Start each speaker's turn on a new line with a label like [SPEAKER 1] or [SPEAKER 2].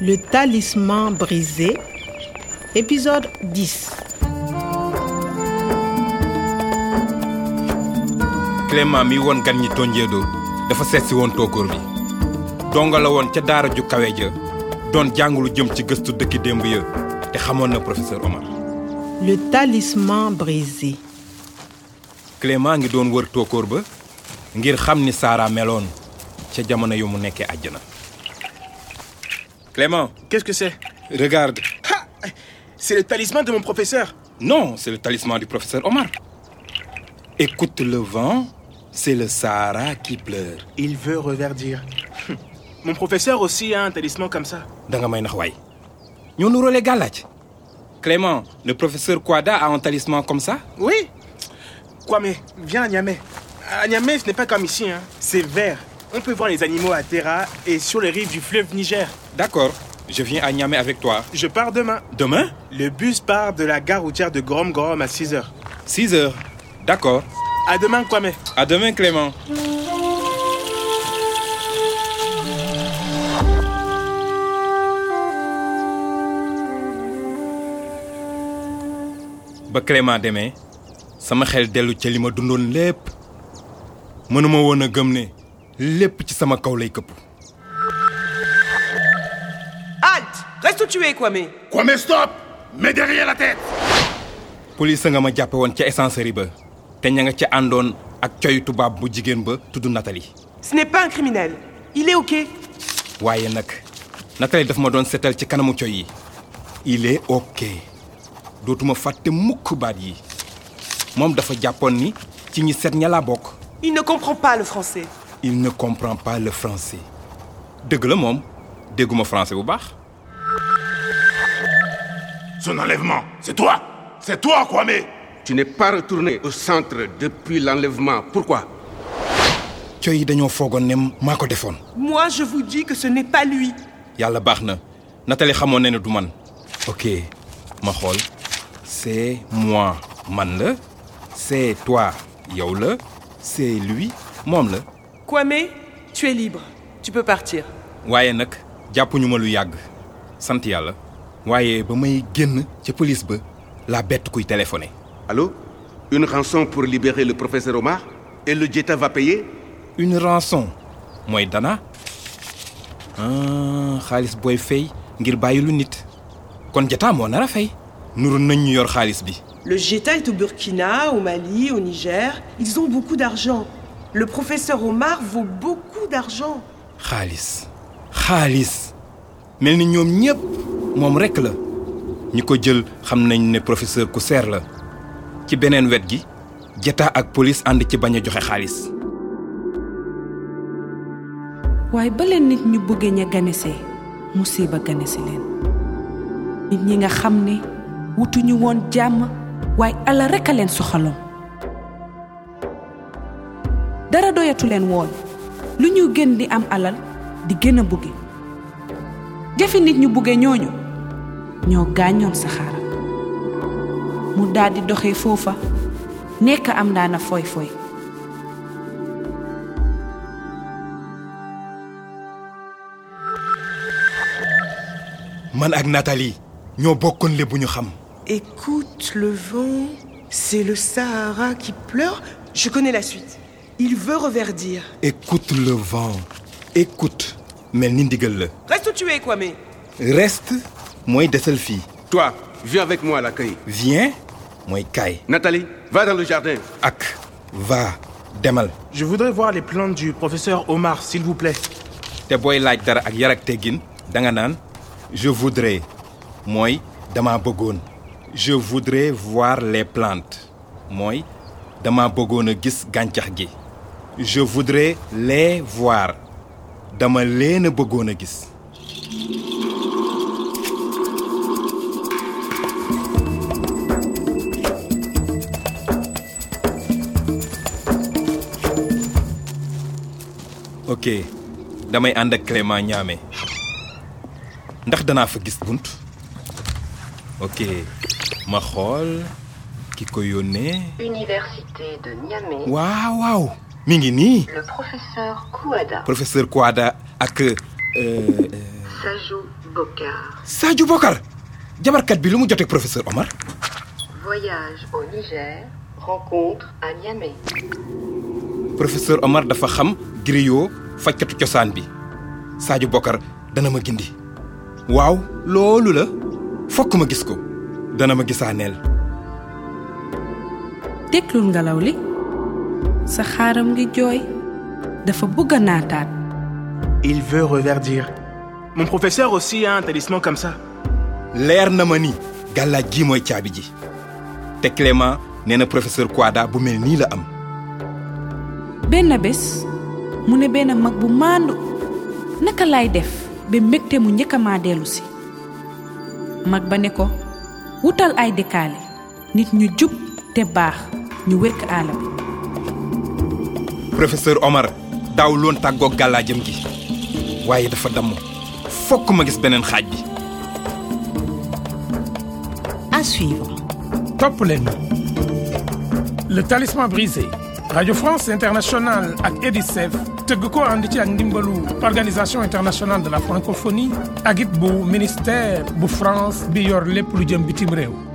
[SPEAKER 1] Le talisman brisé, épisode 10.
[SPEAKER 2] Clément mi won gan ñi tonjee do dafa seet si woon tookóor bi donga la woon ca daara ju kawe ja doon jàngulu jëm ci gëstu dëkki démb ya te xamoon na professeur Omar
[SPEAKER 1] Le talisman brisé.
[SPEAKER 2] Clément ngi doon wër tookóor ba ngir xam ni Sara meloon ca jamono yu mu nekkee àjjana Clément
[SPEAKER 3] Qu'est-ce que c'est
[SPEAKER 2] regarde
[SPEAKER 3] Ha C'est le talisman de mon professeur.
[SPEAKER 2] non c'est le talisman du professeur Omar écoute le vent c'est le Sahara qui pleure
[SPEAKER 3] Il veut reverdir. Hum. Mon professeur aussi a un talisman comme ça.
[SPEAKER 2] da nga may nax waay ñoo nuróole gàllaaj Clément le professeur Kouada a un talisman comme ça
[SPEAKER 3] Oui Kwame, viens à Niamey. À Niamey, ce n'est pas comme ici. Hein. C'est vert. On peut voir les animaux à Terra et sur les rives du fleuve Niger.
[SPEAKER 2] D'accord, je viens à Niamey avec toi.
[SPEAKER 3] Je pars demain.
[SPEAKER 2] Demain
[SPEAKER 3] Le bus part de la gare routière de Gorom Gorom à 6h.
[SPEAKER 2] 6 heures. D'accord.
[SPEAKER 3] À demain, Kwame.
[SPEAKER 2] À demain, Clément. ba Clément demee sama xel dellu ca li ma dundoon lépp mënuma woon a gëm ne lépp ci sama kaw lay këpp
[SPEAKER 4] Halte Reste où tu es, Kwame
[SPEAKER 5] Kwame, stop Mets derrière la tête
[SPEAKER 2] police nga ma jàppe woon ca essencerie ba te ña nga ca àndoon ak coyu tubaab bu jigéen ba tudd Nathalie
[SPEAKER 4] Ce n'est pas un criminel. Il est OK.
[SPEAKER 2] waaye nag Nathalie daf ma doon seetal ci kanamu coy yi il est ok dootuma fàtte mukk baat yi moom dafa jàppoon ni ci ñi seet ña laa bokk
[SPEAKER 4] Il ne comprend pas le français.
[SPEAKER 2] il ne comprend pas le français dëgg la moom dégguma français bu baax
[SPEAKER 5] Son enlèvement, c'est toi C'est toi, Kwame
[SPEAKER 6] Tu n'es pas retourné au centre depuis l'enlèvement. Pourquoi
[SPEAKER 2] coy yi dañoo foogoon ne maa ko defoon
[SPEAKER 4] Moi, je vous dis que ce n'est pas lui.
[SPEAKER 2] yàlla baax na Nathalie xamoon na ne du man ok ma xool c'est moi man la c'est toi yow la c'est lui moom la
[SPEAKER 4] Kwame, tu es libre. Tu peux partir.
[SPEAKER 2] waaye nag jàppuñu ma lu yàgg sant yàlla waaye ba may génn ca police ba laa bett kuy téléphoné
[SPEAKER 6] Allô Une rançon pour libérer le professeur Omar Et le Djeta va payer
[SPEAKER 2] une rançon mooy dana ah xaalis booy fay ngir bàyyi lu nit kon jataa moo nar a fay nuru nañ ñu yor xaalis bi
[SPEAKER 4] Le Jeta est au Burkina, au Mali, au Niger. Ils ont beaucoup d'argent. Le professeur Omar vaut beaucoup d'argent.
[SPEAKER 2] xaalis xaalis mel ni ñoom ñépp moom rekk la ñi ko jël xam nañ ne professeur ku seer la ci beneen wet gi jataa ak police ànd ci bañ a joxe xaalis
[SPEAKER 7] waaye ba leen nit ñu bëggee ña ganese musiba ganese leen nit ñi nga xam ne wutuñu woon jàmm waaye ala rek a leen soxaloon dara doyatu leen woon lu ñuy gën di am alal di gën a bëgge jafe nit ñu bëggee ñooñu ñoo gaañoon saxaara mu daldi doxee foofa nekk am daana foy foy
[SPEAKER 2] man ak Nathalie ñoo bokkoon le bu ñu xam
[SPEAKER 4] Écoute le vent, c'est le Sahara qui pleure. Je connais la suite. Il veut reverdir.
[SPEAKER 2] écoute le vent écoute mel ni ndigal la
[SPEAKER 4] Reste où tu es, Kwame.
[SPEAKER 2] reste mooy desal fii
[SPEAKER 6] Toi, viens avec moi à l'accueil.
[SPEAKER 2] viens mooy kaay
[SPEAKER 6] Nathalie, va dans le jardin.
[SPEAKER 2] ak va demal
[SPEAKER 3] Je voudrais voir les plantes du professeur Omar, s'il vous plaît.
[SPEAKER 2] te booy laaj dara ak yar ak teggin da nga naan je voudrais mooy dama bëggoon je voudrais voir les plantes mooy dama bëggoon a gis gàncax gi je voudrais les voir dama leen a bëggoon a gis ok damay ànd ak Clément ñaame ndax danaa fa gis bunt ok ma xool ki ko yónnee
[SPEAKER 8] Université de Niamey,
[SPEAKER 2] waaw waaw mi ngi nii
[SPEAKER 8] le professeur Kouada.
[SPEAKER 2] professeur Kouada ak euh, euh,
[SPEAKER 8] Sajou Bokar.
[SPEAKER 2] Sadio Bokar jabarkat bi lu mu jotee professeur Omar
[SPEAKER 8] Voyage au Niger. Rencontre à Niamey.
[SPEAKER 2] professeur Omar dafa xam griot fajkatu cosaan bi Sadio Bokar dana ma gindi waaw loolu la fokk ma gis ko dana ma gisaaneel
[SPEAKER 7] déglul ngelaw li sa xaaram ngi jooy dafa bëgg a naataat
[SPEAKER 3] Il veut reverdir. Mon professeur aussi a un talisman comme ça.
[SPEAKER 2] leer na ma ni gàllaaj gii mooy caabi ji te Clément nee na professeur Kouada bu mel nii la am
[SPEAKER 7] benn bés mu ne benn mag bu maandu naka laay def ba mbégte mu njëkk maa dellu si mag ba ne ko wutal ay dëkkaale nit ñu jub te baax ñu wékk aala bi
[SPEAKER 2] professeur Omar daaw loon tàggoog gàllaajam gi waaye dafa damm fokk ma gis beneen xaaj bi
[SPEAKER 1] À suivre.
[SPEAKER 9] Top Leno. Le talisman brisé. Radio France Internationale ak EDICEF tëgg ko ànd ci ak ndimbalu organisation internationale de la francophonie ak it bu ministère bu France bi yor lépp lu jëm bitim réew